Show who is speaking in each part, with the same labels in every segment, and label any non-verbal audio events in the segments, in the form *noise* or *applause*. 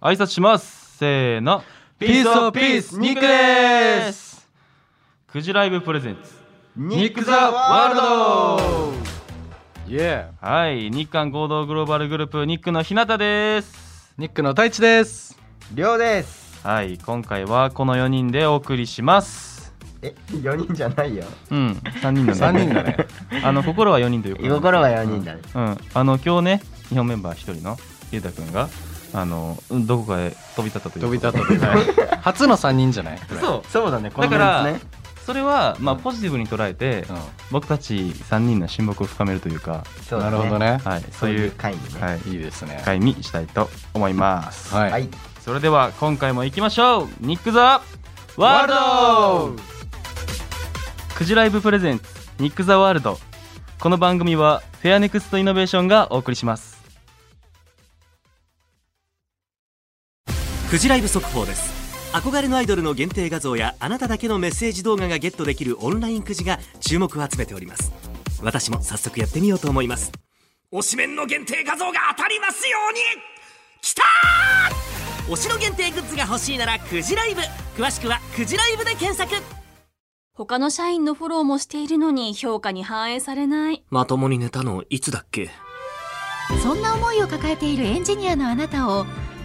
Speaker 1: 挨拶しますせーの
Speaker 2: ピースオブピースニックです
Speaker 1: クジライブプレゼンツ
Speaker 2: ニック・ザ・ワールドイエ
Speaker 1: はい日韓合同グローバルグループニックの日向です
Speaker 2: ーニックの太一です
Speaker 3: りょうです
Speaker 1: はい今回はこの4人でお送りします
Speaker 3: え四人じゃないよ
Speaker 1: うん3人だね
Speaker 2: 三人だね
Speaker 1: *laughs* あの心は4人ということ
Speaker 3: 居
Speaker 1: で
Speaker 3: 心は四人だね、
Speaker 1: うん、あの今日ね日本メンバー一人のゆうたくんがあのうんどこかへ飛び立ったという
Speaker 2: 飛び立った
Speaker 1: っ
Speaker 2: というか *laughs* 初の三人じゃない
Speaker 1: たそう
Speaker 3: そうだねこの
Speaker 1: だから
Speaker 3: メンツね
Speaker 1: それはまあポジティブに捉えて、
Speaker 2: う
Speaker 1: 僕たち3人の親睦を深めるというか、
Speaker 3: そ
Speaker 2: ん
Speaker 3: うだ
Speaker 2: な
Speaker 3: ね
Speaker 2: るほどね
Speaker 1: はい、そ
Speaker 3: そううい
Speaker 1: いうう、
Speaker 3: 会議ね
Speaker 1: はい、
Speaker 2: いいですね
Speaker 1: 会にしたいと思います、
Speaker 2: は
Speaker 3: はいい
Speaker 1: それでは今回も行きましょうニック・ザ・ワールドクジライブプレゼンツニック・ザ・ワールドこの番組はフェアネクストイノベーションがお送りします
Speaker 4: フジライブ速報です憧れのアイドルの限定画像やあなただけのメッセージ動画がゲットできるオンラインくじが注目を集めております私も早速やってみようと思います推しメンの限定画像が当たりますようにきたー推しの限定グッズが欲しいならくじライブ詳しくはくじライブで検索
Speaker 5: 他の社員のフォローもしているのに評価に反映されない。
Speaker 4: まともに寝たのいつだっけ
Speaker 6: そんな思いを抱えているエンジニアのあなたを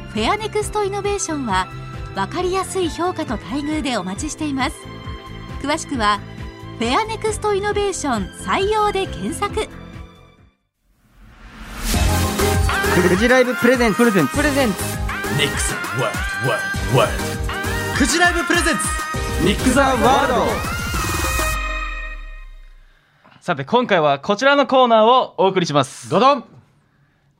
Speaker 6: フェアネクストイノベーションは分かりやすい評価と待遇でお待ちしています詳しくはフェアネクストイノベーション採用で検索
Speaker 3: クジライブプレゼンツプレゼンツプレゼンツ
Speaker 4: ネクスワールドワールドワールドくじライブプレゼンツ
Speaker 3: ニック・ザ・ワール
Speaker 1: さて今回はこちらのコーナーをお送りします
Speaker 2: ドドン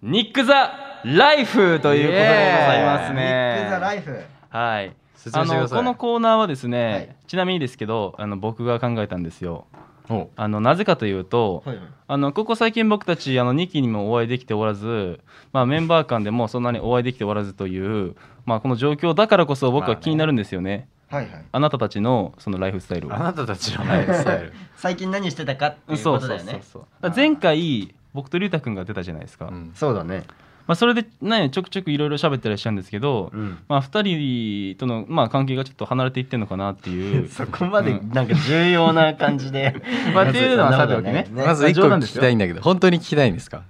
Speaker 1: ニック・ザ・ライフということでございます
Speaker 3: ドニック・ザ・ラ
Speaker 1: ね
Speaker 3: イフ
Speaker 1: はい
Speaker 2: 説明
Speaker 1: あ
Speaker 2: し
Speaker 1: の
Speaker 2: てください
Speaker 1: このコーナーはですね、
Speaker 3: はい
Speaker 1: ちなみにですけどあの僕が考えたんですよ
Speaker 2: お
Speaker 1: あのなぜかというと、
Speaker 3: はいはい
Speaker 1: あのここ最近僕たちあの2期にもお会いできておらず、まあ、メンバー間でもそんなにお会いできておらずという、まあ、この状況だからこそ僕は気になるんですよね,、あ
Speaker 3: はいはい
Speaker 1: なたたちのそのライフスタイルを
Speaker 2: あなたたちのライフスタイル
Speaker 3: 最近何してたかって
Speaker 1: うん
Speaker 3: いう
Speaker 1: そ
Speaker 3: こ
Speaker 1: う
Speaker 3: と
Speaker 1: そ
Speaker 3: だ
Speaker 1: う
Speaker 3: よ
Speaker 1: そう
Speaker 3: ね
Speaker 1: そうだから前回僕と龍太くんが出たじゃないですか、
Speaker 2: うん
Speaker 3: そうだね
Speaker 1: まあ、それで、ね、ちょくちょくいろいろ喋ってらっしゃるんですけど、
Speaker 3: うん
Speaker 1: まあ、2人との、まあ、関係がちょっと離れていってんのかなって *laughs* いう
Speaker 3: そこまでなんか重要な感じ *laughs* で
Speaker 1: まあっていうのはさておきね
Speaker 3: そんなことない
Speaker 2: まず一個
Speaker 1: 冗談
Speaker 2: 聞
Speaker 1: です
Speaker 2: き
Speaker 1: よ
Speaker 2: たいんだけど本当に聞きたいんですか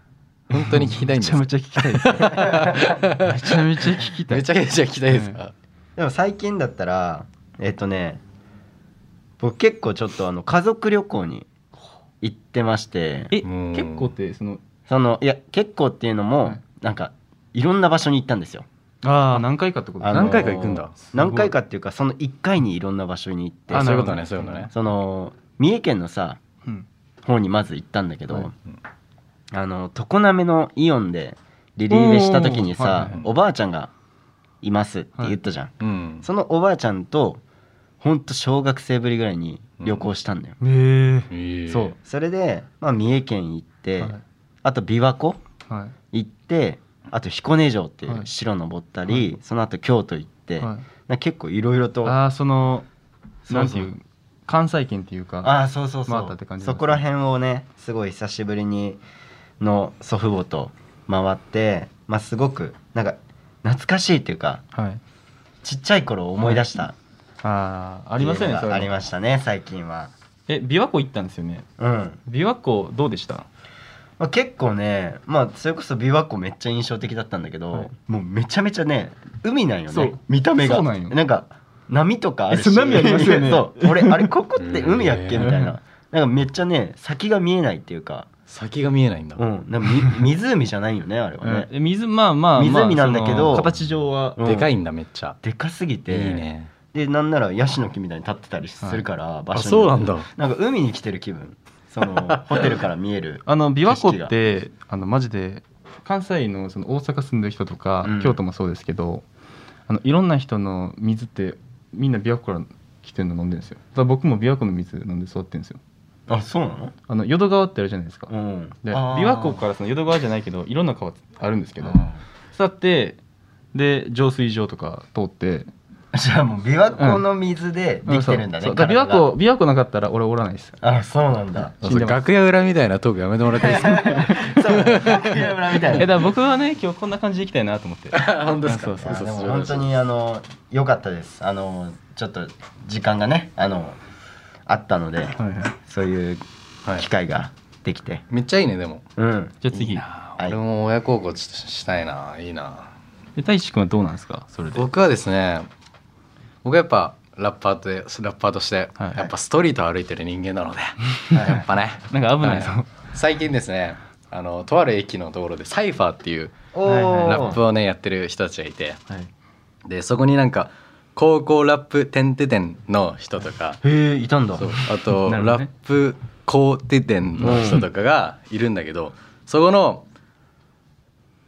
Speaker 2: 本当に聞きたい
Speaker 1: め
Speaker 2: んです
Speaker 1: ち
Speaker 2: か
Speaker 1: ゃ
Speaker 2: め
Speaker 1: め
Speaker 2: ち
Speaker 1: ちゃ聞きたいですめち *laughs* ゃめちゃ聞きたい
Speaker 2: ゃめちゃ聞きたいですか
Speaker 3: でも最近だったらえっとね僕結構ちょっとあの家族旅行に行ってまして
Speaker 1: *laughs* え
Speaker 2: うん
Speaker 1: 結構ってその
Speaker 3: そのいや結構っていうのも、なんかいろんな場所に行ったんですよ
Speaker 1: ああ何回かってこと
Speaker 3: あの
Speaker 2: 何回か行くんだ
Speaker 3: 何回かっていうかその1回にいろんな場所に行って
Speaker 1: あ
Speaker 2: あ
Speaker 1: な
Speaker 2: そうい
Speaker 1: る
Speaker 2: う
Speaker 1: ほど
Speaker 2: ことねそういうことね
Speaker 3: その三重県のさ
Speaker 1: うん
Speaker 3: 方にまず行ったんだけど、
Speaker 2: はい
Speaker 3: あの常滑のイオンでリリーベした時にさ
Speaker 1: おー
Speaker 3: お,、
Speaker 1: はいはいはい
Speaker 3: ばあちゃんがいますって言ったじゃん、
Speaker 2: うん
Speaker 3: そのおばあちゃんとほんと小学生ぶりぐらいに旅行したんだよ、
Speaker 1: へそ
Speaker 2: そうう
Speaker 3: それで、まあ、三重県行って、
Speaker 1: はい
Speaker 3: あと琵琶湖
Speaker 1: えは
Speaker 3: 行ってあと彦根城ってい
Speaker 1: はいう
Speaker 3: 城登ったり、
Speaker 1: はい
Speaker 3: その後京都行って、
Speaker 1: いはい
Speaker 3: なんか結構いろいろと
Speaker 1: ああその
Speaker 3: そ
Speaker 1: な
Speaker 3: うんそ
Speaker 1: て
Speaker 3: う
Speaker 1: いう関西圏っていうか
Speaker 3: あーそうそう
Speaker 1: 回ったって感じなんですね
Speaker 3: そこら辺をねすごい久しぶりにの祖父母と回って、まあ、すごくなんか懐かしいっていうか
Speaker 1: はい
Speaker 3: ちっちゃい頃を思い出した、
Speaker 1: ああありますよね
Speaker 3: って
Speaker 1: それ
Speaker 3: いうのがありましたね最近は。
Speaker 1: え琵琶湖行ったんですよね
Speaker 3: うん
Speaker 1: 琵琶湖どうでした
Speaker 3: まあ、結構ね、まあ、それこそ琵琶湖めっちゃ印象的だったんだけど、
Speaker 1: はい
Speaker 3: もうめちゃめちゃね海なんよ
Speaker 1: そ
Speaker 3: ね
Speaker 1: う
Speaker 3: 見た目が
Speaker 1: そうなんよ
Speaker 3: か波とかある
Speaker 1: え
Speaker 3: し
Speaker 1: そう波ありますよね
Speaker 3: そう俺あれここって海やっけ
Speaker 2: へー
Speaker 3: みたいななんかめっちゃね先が見えないっていうか,、
Speaker 2: 先が見えないんだ
Speaker 3: うん、なんかみ湖じゃないよねあれはね、
Speaker 1: え水まあまあまあ
Speaker 3: 湖なんだけど
Speaker 1: その形上は
Speaker 3: うん
Speaker 2: でかいんだめっちゃ
Speaker 3: でかすぎ
Speaker 2: いい
Speaker 3: て
Speaker 2: ね
Speaker 3: でなんならヤシの木みたいに立ってたりするから、場
Speaker 2: あ
Speaker 3: 所に
Speaker 2: そうなんだ
Speaker 3: なんか海に来てる気分そのホテルから見える
Speaker 1: あの琵琶湖ってあのマジで関西のその大阪住んでる人とか、
Speaker 3: うん
Speaker 1: 京都もそうですけどあのいろんな人の水ってみんな琵琶湖から来てるの飲んでるんですよだから僕も琵琶湖の水飲んで育ってるんですよ
Speaker 3: あそうなの
Speaker 1: *laughs* あの淀川ってあるじゃないですか、
Speaker 3: うん
Speaker 1: で
Speaker 3: あー
Speaker 1: 琵琶湖からその淀川じゃないけどいろんな川あるんですけど伝ってで浄水場とか通って
Speaker 3: *laughs* じゃあもう琵琶湖の水でできてるんだね、
Speaker 1: そうそう琵
Speaker 3: 体が
Speaker 1: 琶湖琵琶湖なかったら俺おらない
Speaker 3: *laughs*
Speaker 1: です
Speaker 3: あそうなんだ
Speaker 1: 死んでます
Speaker 2: 楽屋裏みたいなトークやめてもらっていいですか
Speaker 3: *laughs* そう楽屋裏みた
Speaker 1: えだ
Speaker 3: いな
Speaker 1: から僕はね今日こんな感じでいきたいなと思
Speaker 3: *laughs*
Speaker 1: って
Speaker 2: 本
Speaker 1: そう
Speaker 3: い
Speaker 1: そう
Speaker 3: や
Speaker 1: そう
Speaker 3: でも本当にあの良かったですあのちょっと時間がねあのあったので
Speaker 1: はいはい
Speaker 3: そういう
Speaker 1: はい
Speaker 3: 機会ができて、
Speaker 2: *laughs* めっちゃいいねでも
Speaker 3: うん
Speaker 1: じゃあ次
Speaker 3: い
Speaker 2: 俺も親孝行ちょっとしたいないいな
Speaker 1: え太一君はどうなんですかそれで
Speaker 2: 僕はですね僕はやっぱラッパーとラッパーとして、
Speaker 1: はい
Speaker 2: やっぱストリートを歩いてる人間なの
Speaker 1: *laughs*
Speaker 2: で、やっぱね
Speaker 1: なんか危ないぞ
Speaker 2: は最近ですねあのとある駅のところでサイファーっていう
Speaker 3: お
Speaker 1: はいはい
Speaker 3: ー
Speaker 2: ラップをねやってる人たちがいて
Speaker 1: はい
Speaker 2: でそこになんか高校ラップてんててんの人とか
Speaker 3: へえいたんだ
Speaker 2: そうあと、
Speaker 1: *laughs* なるほど
Speaker 2: ラ
Speaker 1: ね
Speaker 2: ップコーテテンの人とかがいるんだけど、そこの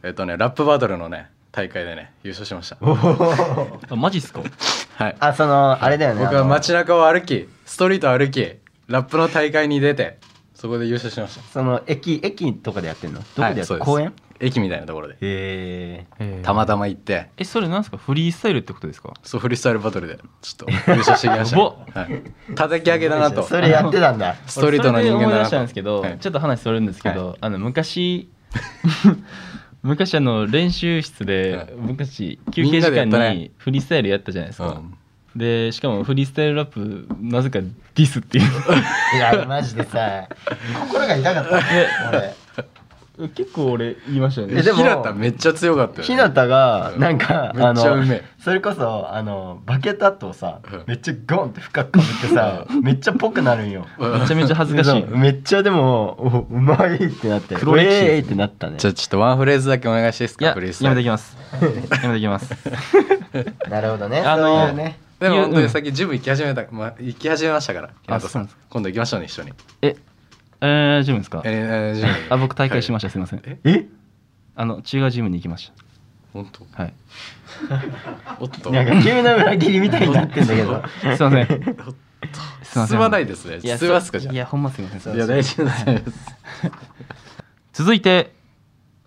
Speaker 2: えっとねラップバトルのね大会でね優勝しました
Speaker 1: あマジっすか
Speaker 2: はい
Speaker 3: あそのあれだよね
Speaker 2: 僕は
Speaker 3: あの
Speaker 2: 街中を歩きストリートを歩きラップの大会に出てそこで優勝しました
Speaker 3: その駅駅とかでやってんのどこでやっ
Speaker 2: は
Speaker 3: て
Speaker 2: い
Speaker 3: ん
Speaker 2: そうで
Speaker 3: の
Speaker 2: す
Speaker 3: 公園
Speaker 2: 駅みたいなところで
Speaker 3: へ
Speaker 2: たまたま行って
Speaker 1: えそれなんですかフリースタイルってことですか
Speaker 2: そうフリースタイルバトルでちょっと優勝してきました、
Speaker 1: やば
Speaker 2: はい、叩き上げだなと
Speaker 3: それやってたん *laughs* だ
Speaker 2: ストリートの
Speaker 1: 俺それで
Speaker 2: 人間だなと
Speaker 1: 思い出したんですけど、
Speaker 2: はい
Speaker 1: ちょっと話それるんですけど、あの
Speaker 2: *laughs*
Speaker 1: 昔昔あの練習室
Speaker 2: は
Speaker 1: で
Speaker 2: い
Speaker 1: 昔休
Speaker 2: みん
Speaker 1: 憩
Speaker 2: な
Speaker 1: 時
Speaker 2: でや
Speaker 1: 間
Speaker 2: ったね
Speaker 1: にフリースタイルやったじゃないです
Speaker 2: う
Speaker 1: か、
Speaker 2: ん
Speaker 1: でしかもフリースタイルラップなぜかディスっていう
Speaker 2: *laughs*
Speaker 3: いやマジでさ心が痛かった *laughs* ね俺
Speaker 1: 結構俺言いましたよ
Speaker 3: え
Speaker 1: ね
Speaker 3: でも
Speaker 2: ひなためっちゃ強かったよね
Speaker 3: ひなたがなんか、
Speaker 2: うん
Speaker 3: あ
Speaker 2: めっちゃう
Speaker 3: の
Speaker 2: めえ
Speaker 3: それこそあのバケタとさ、
Speaker 2: うん
Speaker 3: めっちゃゴンって深くかぶってさ、めっちゃぽくなるんよ
Speaker 2: うん
Speaker 1: めちゃめちゃ恥ずかしい
Speaker 3: そうめっちゃでもおうまいってなって
Speaker 1: 黒歴史ですね
Speaker 3: えーってなったね
Speaker 2: じゃあちょっとワンフレーズだけお願いしていいです
Speaker 1: い
Speaker 2: か
Speaker 1: やや
Speaker 2: フリースタイ
Speaker 1: め
Speaker 2: ル
Speaker 1: てき
Speaker 2: *laughs*
Speaker 1: ますやめてきます
Speaker 3: なるほどね
Speaker 1: あの
Speaker 3: そういうね
Speaker 2: で
Speaker 1: い
Speaker 2: も
Speaker 1: や
Speaker 2: 本当
Speaker 1: う
Speaker 2: に
Speaker 1: ん
Speaker 2: さっきジム行き始めた、まあ、行き始めましたからひなたさ
Speaker 1: そうなん
Speaker 2: ん
Speaker 1: です
Speaker 2: 今度行きましょうね一緒に
Speaker 1: ええー、ジムですか
Speaker 2: えー、ジム
Speaker 1: あ僕大会しま
Speaker 2: し
Speaker 1: したすいません
Speaker 2: え、
Speaker 3: え
Speaker 1: あの中華ジムに行きました
Speaker 2: 本当
Speaker 1: たはい
Speaker 2: おっと
Speaker 3: なんか急な裏切りみたいになってんだけど
Speaker 1: すいませんすいませ
Speaker 2: 進
Speaker 1: ん
Speaker 2: まないですね
Speaker 1: いや
Speaker 2: 進ますかじゃあ
Speaker 1: いやほんますいません
Speaker 2: いや大丈
Speaker 1: *laughs*
Speaker 2: 夫です
Speaker 1: 続いて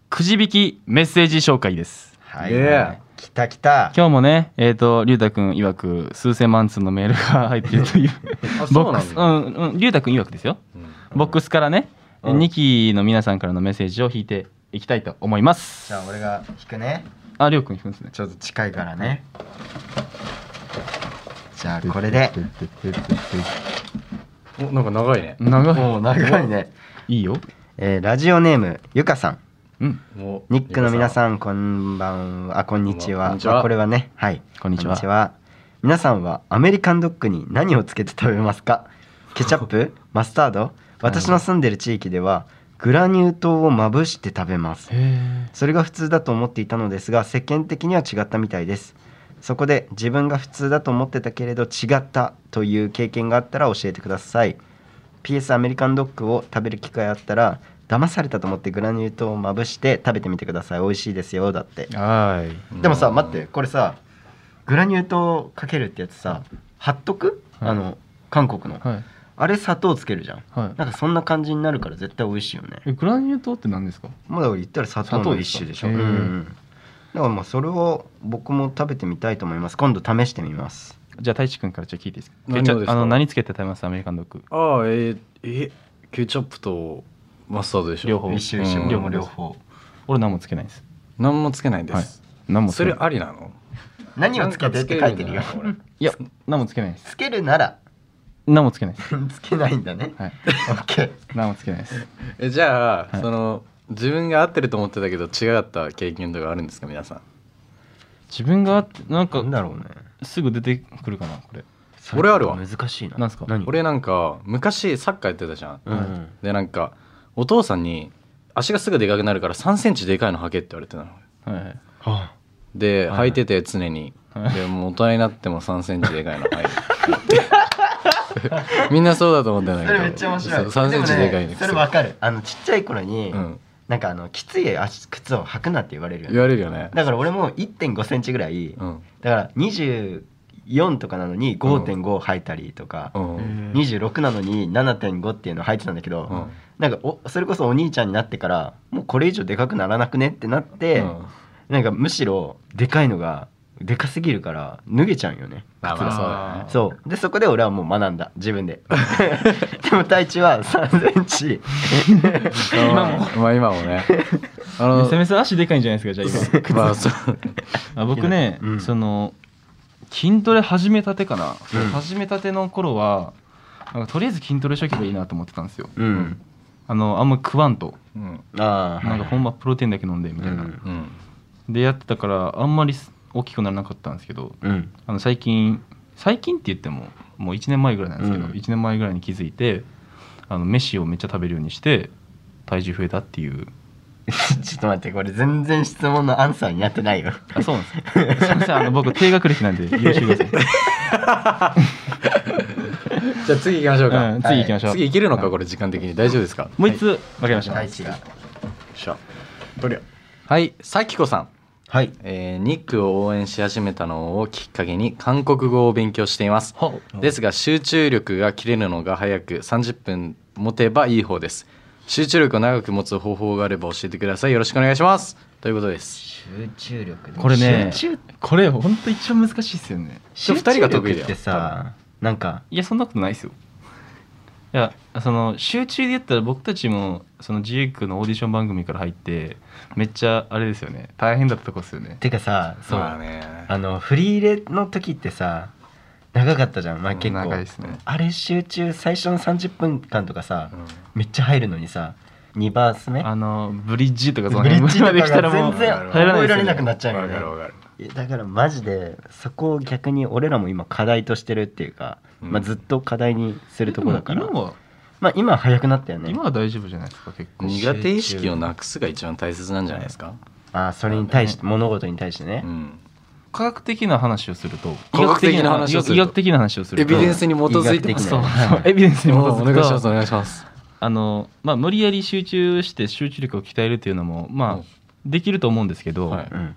Speaker 1: くじ引きメッセージ紹介です
Speaker 3: はい、
Speaker 2: Yeah
Speaker 3: きたきた
Speaker 1: 今日もねえっ、と龍太くん曰く数千万通のメールが入っているという
Speaker 2: あ
Speaker 1: ボ
Speaker 2: そう
Speaker 1: ッ
Speaker 2: な
Speaker 1: ク
Speaker 2: ん
Speaker 1: ス
Speaker 2: だ
Speaker 1: うんうん龍太くん曰くですよ
Speaker 2: うん
Speaker 1: ボックスからね、
Speaker 3: うん
Speaker 1: 二期の皆さんからのメッセージを引いていきたいと思います
Speaker 3: じゃあ俺が弾くね
Speaker 1: あ龍くん引くんですね
Speaker 3: ちょっと近いからねじゃあこれで
Speaker 2: おなんか長いね
Speaker 1: 長い
Speaker 3: 長いね、
Speaker 1: いいよ
Speaker 3: えーラジオネームゆかさん
Speaker 1: うん
Speaker 2: もう
Speaker 3: ニックの皆
Speaker 2: ん
Speaker 3: さんこんばんはあこんにちは
Speaker 2: こんにちは
Speaker 3: まあこれはねはい
Speaker 1: こんにちは
Speaker 3: 皆さんはアメリカンドッグに何をつけて食べますかケチャップマスタード私の住んでる地域ではグラニュー糖をまぶして食べます
Speaker 1: へ
Speaker 3: それが普通だと思っていたのですが世間的には違ったみたいですそこで自分が普通だと思ってたけれど違ったという経験があったら教えてください PS アメリカンドッグを食べる機会あったら騙されたと思ってグラニュー糖をまぶして食べてみてください美味しいですよだって
Speaker 1: えはい
Speaker 3: でもさ待ってこれさグラニュー糖かけるってやつさ貼っとく、
Speaker 1: はい
Speaker 3: あの韓国の
Speaker 1: はい
Speaker 3: あれ砂糖つけるじゃん
Speaker 1: はい
Speaker 3: なんかそんな感じになるから絶対美味しいよね
Speaker 1: えグラニュー糖って何ですか
Speaker 3: まだ言ったら砂糖の一種でしょ。う
Speaker 1: 砂糖ですかへー
Speaker 3: んだからまあそれを僕も食べてみたいと思います。今度試してみます。
Speaker 1: じゃあ太一くんからちょっと聞いていいですか
Speaker 2: 何をですか
Speaker 1: あの何つけて食べますアメリカンドッグ
Speaker 2: ああえー、えケチャップとマスタードでしょ
Speaker 1: 両方
Speaker 2: うん
Speaker 1: 一
Speaker 3: 緒一緒
Speaker 2: うん
Speaker 3: 両方両方。
Speaker 1: 俺何もつけないです
Speaker 2: 何もつけないんです、
Speaker 1: 何もつ
Speaker 2: そ
Speaker 1: けな
Speaker 2: れ
Speaker 1: い
Speaker 2: ありなの
Speaker 3: 何をつけてって書いてるよ。
Speaker 1: いや何もつけないです
Speaker 3: つけるなら
Speaker 1: 何もつけないです
Speaker 3: つけ *laughs* ないんだね。
Speaker 2: *laughs*
Speaker 1: はい
Speaker 3: オッケー。
Speaker 1: 何もつけないです
Speaker 2: えじゃあ、
Speaker 1: はい
Speaker 2: その自分が合ってると思ってたけど違かった経験とかあるんですか皆さん
Speaker 1: 自分があってなん
Speaker 3: な
Speaker 1: か
Speaker 3: んだろうね。
Speaker 1: すぐ出てくるかなこれ
Speaker 2: 俺あるわ
Speaker 3: 難しいな。
Speaker 1: なんすか
Speaker 3: 何？
Speaker 2: 俺なんか昔サッカーやってたじゃん、
Speaker 3: うん
Speaker 2: でなんかお父さんに足がすぐでかくなるから3センチでかいの履けって言われてたの
Speaker 1: はいはい
Speaker 3: はあ
Speaker 2: で
Speaker 1: はい
Speaker 2: 履いてて常に、
Speaker 1: はい
Speaker 2: でもう大人になっても3センチでかいの履いて *laughs* みんなそうだと思ってんだけ
Speaker 3: そ
Speaker 2: ど
Speaker 3: れめっちゃ面白い。
Speaker 2: 3センチでかい
Speaker 3: もね
Speaker 2: の
Speaker 3: それわかる。あのちっちゃい頃に
Speaker 2: うん、
Speaker 3: なんかあのきつい足靴を履くなって言われるよ
Speaker 2: 言
Speaker 3: ね。
Speaker 2: われるよね、
Speaker 3: だから俺も1.5センチぐらい。
Speaker 2: うん
Speaker 3: だから24とかなのに5.5履いたりとか。
Speaker 2: うん
Speaker 3: 26なのに7.5っていうの入ってたんだけど、
Speaker 2: うん
Speaker 3: なんかおそれこそお兄ちゃんになってからもうこれ以上でかくならなくねってなって、
Speaker 2: うん
Speaker 3: なんかむしろでかいのがでかすぎるから脱げちゃうよね
Speaker 2: まあまあ
Speaker 1: あー
Speaker 3: そうでそこで俺はもう学んだ自分ででも太一は3センチ
Speaker 2: そうだね今もまあ今もねあ
Speaker 1: め
Speaker 2: の
Speaker 1: ちゃめちゃ足でかいんじゃないですかじゃあ今
Speaker 2: まあそう
Speaker 1: あ僕ね、
Speaker 3: うん
Speaker 1: その筋トレ始めたてかな、
Speaker 3: うん
Speaker 1: 始めたての頃はなんかとりあえず筋トレしとけばいいなと思ってたんですよ
Speaker 3: うん
Speaker 1: あのあんま食わんと
Speaker 2: うん
Speaker 3: ああ
Speaker 1: なんかほんまプロテインだけ飲んでみたいな、
Speaker 3: うん
Speaker 2: うん
Speaker 1: でやってたからあんまり大きくならなかったんですけど
Speaker 3: うん *laughs*
Speaker 1: あの最近最近って言ってももう1年前ぐらいなんですけど、
Speaker 3: うん
Speaker 1: 1年前ぐらいに気づいてあの飯をめっちゃ食べるようにして体重増えたっていう
Speaker 3: ちょっと待ってこれ全然質問のアンサーになってないよ
Speaker 1: あそうなんですねすいませんあの僕低学歴なんで優秀です、
Speaker 2: じゃあ次行きましょうか、
Speaker 1: うん、次行きましょう、
Speaker 2: 次いけるのかこ
Speaker 1: れ
Speaker 2: れ時間的に大丈夫ですか
Speaker 1: もう一つ、分かりました、
Speaker 3: 太一が
Speaker 2: しょ
Speaker 3: どれ
Speaker 2: はい咲子さん
Speaker 3: はい
Speaker 2: えーニックを応援し始めたのをきっかけに韓国語を勉強していますですが集中力が切れるのが早く30分持てばいい方です集中力を長く持つ方法があれば教えてくださいよろしくお願いしますということです
Speaker 3: 集中力
Speaker 1: これね
Speaker 3: 集中
Speaker 1: これ本当一番難しいですよね
Speaker 2: ちょ二人が得意だよ
Speaker 3: 集中力ってさなんか
Speaker 1: いやそんなことないですよいやその集中で言ったら僕たちもその自由区のオーディション番組から入ってめっちゃあれですよね大変だったとこですよね
Speaker 3: てかさそう、
Speaker 2: まあね
Speaker 3: あの振り入れの時ってさ長かったじゃんまあ結構
Speaker 1: 長いですね
Speaker 3: あれ集中最初の30分間とかさ、
Speaker 2: うん
Speaker 3: めっちゃ入るのにさ2バース目
Speaker 1: あのブリッジとかその
Speaker 3: ブリッジとか
Speaker 1: 辺まで来たら
Speaker 3: が
Speaker 1: もう
Speaker 3: 全然
Speaker 1: 入らないです
Speaker 3: 覚え
Speaker 1: よね
Speaker 3: られなくなっちゃうよ
Speaker 2: わ
Speaker 3: ね
Speaker 2: かるわかる
Speaker 3: いやだからマジでそこを逆に俺らも今課題としてるっていうか、
Speaker 2: うん
Speaker 3: まあ、ずっと課題にするとこだか
Speaker 1: で
Speaker 3: ら
Speaker 1: も今は
Speaker 3: まあ、今早くなったよね
Speaker 1: 今は大丈夫じゃないですか結構
Speaker 2: 苦手意識をなくすが一番大切なんじゃないですか、
Speaker 3: あーそれに対して、物事に対してね
Speaker 2: う、ん、
Speaker 1: 科学的な話をすると
Speaker 2: 科学的な話をすると
Speaker 1: 医学的な話をすると
Speaker 2: エビデンスに基づいて
Speaker 3: 医学的
Speaker 2: ます
Speaker 3: な
Speaker 1: *laughs* そう
Speaker 3: はい
Speaker 1: エビデンスに基づくと
Speaker 2: お願いしますお願いします
Speaker 1: あのまあ無理やり集中して集中力を鍛えるっていうのも
Speaker 2: う
Speaker 1: まあ
Speaker 2: ん
Speaker 1: できると思うんですけど、
Speaker 2: はい
Speaker 3: うん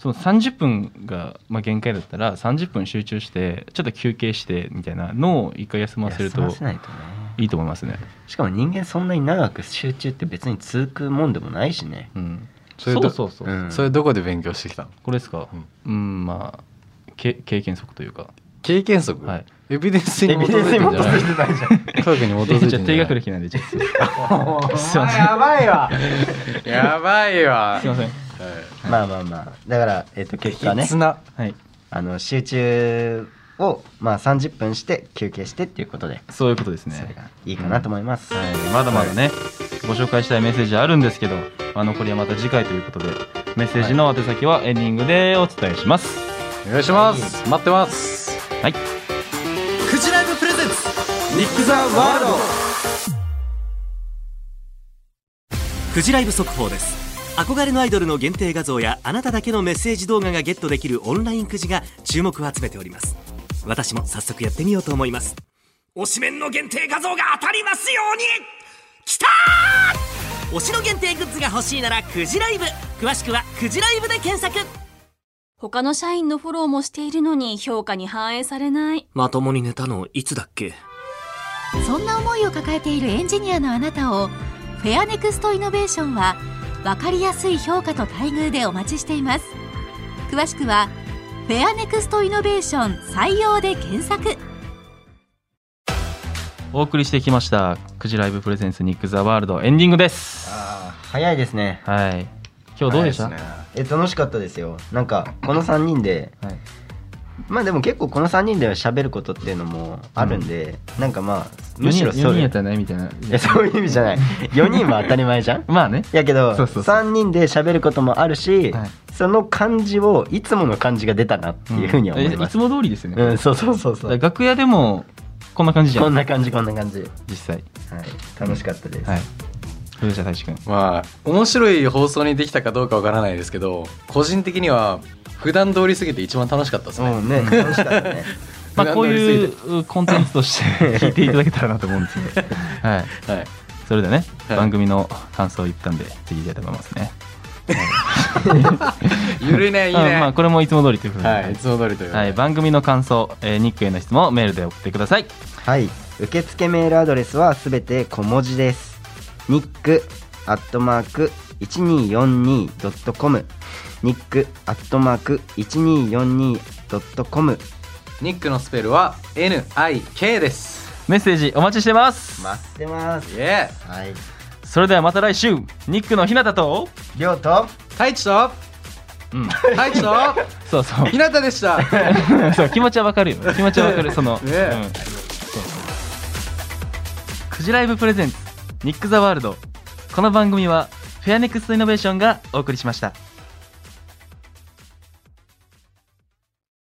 Speaker 1: その30分が、まあ、限界だったら30分集中してちょっと休憩してみたいなのを一回休ませる
Speaker 3: いや
Speaker 1: と
Speaker 3: 済ませないとね
Speaker 1: いいと思いますね。
Speaker 3: しかも人間そんなに長く集中って別に続くもんでもないしね、
Speaker 1: うん、
Speaker 2: そ
Speaker 1: そうう
Speaker 2: いうと
Speaker 1: そうそう、
Speaker 3: うん
Speaker 2: それどこで勉強してきたの
Speaker 1: これですか、うん、まあけ経験則というか、
Speaker 2: 経験則、
Speaker 1: はい。
Speaker 2: エビデンス
Speaker 3: エ
Speaker 2: に
Speaker 3: ビ
Speaker 2: 基
Speaker 3: デンス
Speaker 2: づいて
Speaker 3: に基
Speaker 2: んじゃな
Speaker 3: づ
Speaker 2: い
Speaker 3: いてないじゃん
Speaker 2: *laughs* 科学に基
Speaker 1: *laughs* じゃあ
Speaker 2: づいてんじゃ
Speaker 1: 低
Speaker 2: ない
Speaker 1: 学歴なんでちょっとすい
Speaker 2: *laughs* お前やばいわやばいわ
Speaker 1: ません。
Speaker 3: まあまあまあだから、えっと結果ね
Speaker 2: つな
Speaker 1: はい。
Speaker 3: あの集中をまあ30分して休憩してっていうことで
Speaker 1: そういうことです
Speaker 3: それ
Speaker 1: ね。
Speaker 3: がいいかなと思います、
Speaker 1: はい、まだまだね、ご紹介したいメッセージあるんですけど、まあ、残りはまた次回ということでメッセージの宛先はエンディングでお伝えします。
Speaker 2: お願いします待ってます
Speaker 1: はい
Speaker 4: クジライブプレゼンツ
Speaker 2: ニック・ザ・ワールド
Speaker 4: クジライブ速報です憧れのアイドルの限定画像やあなただけのメッセージ動画がゲットできるオンラインくじが注目を集めております私も早速やってみようと思います推しメンの限定画像が当たりますようにきたー推しの限定グッズが欲しいならクジライブ詳しくはクジライブで検索
Speaker 5: 他の社員のフォローもしているのに評価に反映されない。
Speaker 4: まともに寝たのいつだっけ
Speaker 6: そんな思いを抱えているエンジニアのあなたをフェアネクストイノベーションは分かりやすい評価と待遇でお待ちしています詳しくはフェアネクストイノベーション採用で検索
Speaker 1: お送りしてきました「くじライブプレゼンツニック・ザ・ワールド」エンディングです。
Speaker 3: あー早いですね
Speaker 1: はい。今日どうでした、
Speaker 3: え楽しかったですよなんかこの3人で
Speaker 1: はい、
Speaker 3: まあでも結構この3人で喋ることっていうのもあるんで、なんかまあむ
Speaker 1: む
Speaker 3: し
Speaker 1: し
Speaker 3: ろ
Speaker 1: ろ
Speaker 3: そ
Speaker 1: 4人
Speaker 3: れ
Speaker 1: やっ
Speaker 3: い
Speaker 1: たらねみたいな。
Speaker 3: や *laughs* そういう意味じゃない4人は当たり前じゃん
Speaker 1: まあ
Speaker 3: *laughs*
Speaker 1: ね。
Speaker 3: やけど
Speaker 1: そうそうそう
Speaker 3: 3人で喋ることもあるし、
Speaker 1: はい
Speaker 3: その感じをいつもの感じが出たなっていうふうには思い
Speaker 1: え
Speaker 3: ま
Speaker 1: い
Speaker 3: す、
Speaker 1: つも通りですよね。
Speaker 3: うん、そうそうそうそ
Speaker 1: だから
Speaker 3: う
Speaker 1: 楽屋でもこんな感じじゃ
Speaker 3: こ
Speaker 1: ん
Speaker 3: んな感じこんな感じ、はい、
Speaker 1: 実際。
Speaker 3: 楽しかったです、
Speaker 1: はい。どうでした大志くん。
Speaker 2: まあ面白い放送にできたかどうかわからないですけど個人的には普段通りすぎて一番楽しかったですね、
Speaker 3: うんね楽しかったね
Speaker 1: まあこうい
Speaker 2: 普段通り
Speaker 1: うコンテンツとして聞いていただけたらなと思うん
Speaker 3: *laughs*
Speaker 1: ですけど。はい。
Speaker 2: はい、
Speaker 1: それでね、
Speaker 2: はい
Speaker 1: 番組の感想を言ったんで次いきたいと思いますね。
Speaker 2: ゆるいねいいね、
Speaker 1: あまあこれもいつも通りということで。
Speaker 2: はいいつも通りということ
Speaker 1: は
Speaker 2: で
Speaker 1: い、番組の感想、えーニックへの質問をメールで送ってください。
Speaker 3: はい受付メールアドレスはすべて小文字です nick 1242.com ニックアットマーク 1242.com
Speaker 2: ニックのスペルは NIK です
Speaker 1: メッセージお待ちしてます
Speaker 3: 待ってます
Speaker 2: イエ
Speaker 3: はい
Speaker 1: それではまた来週ニックのひなたと
Speaker 3: りょうと
Speaker 2: ー太一と *laughs*
Speaker 1: うん
Speaker 2: 太一と
Speaker 1: そうそう
Speaker 2: ひなたでした
Speaker 1: *laughs* そう気持ちはわかるよ気持ちはわかるその、
Speaker 2: ねえ
Speaker 1: うんそうそうクジライブプレゼンツニック・ザ・ワールドこの番組はフェアネクストイノベーションがお送りしました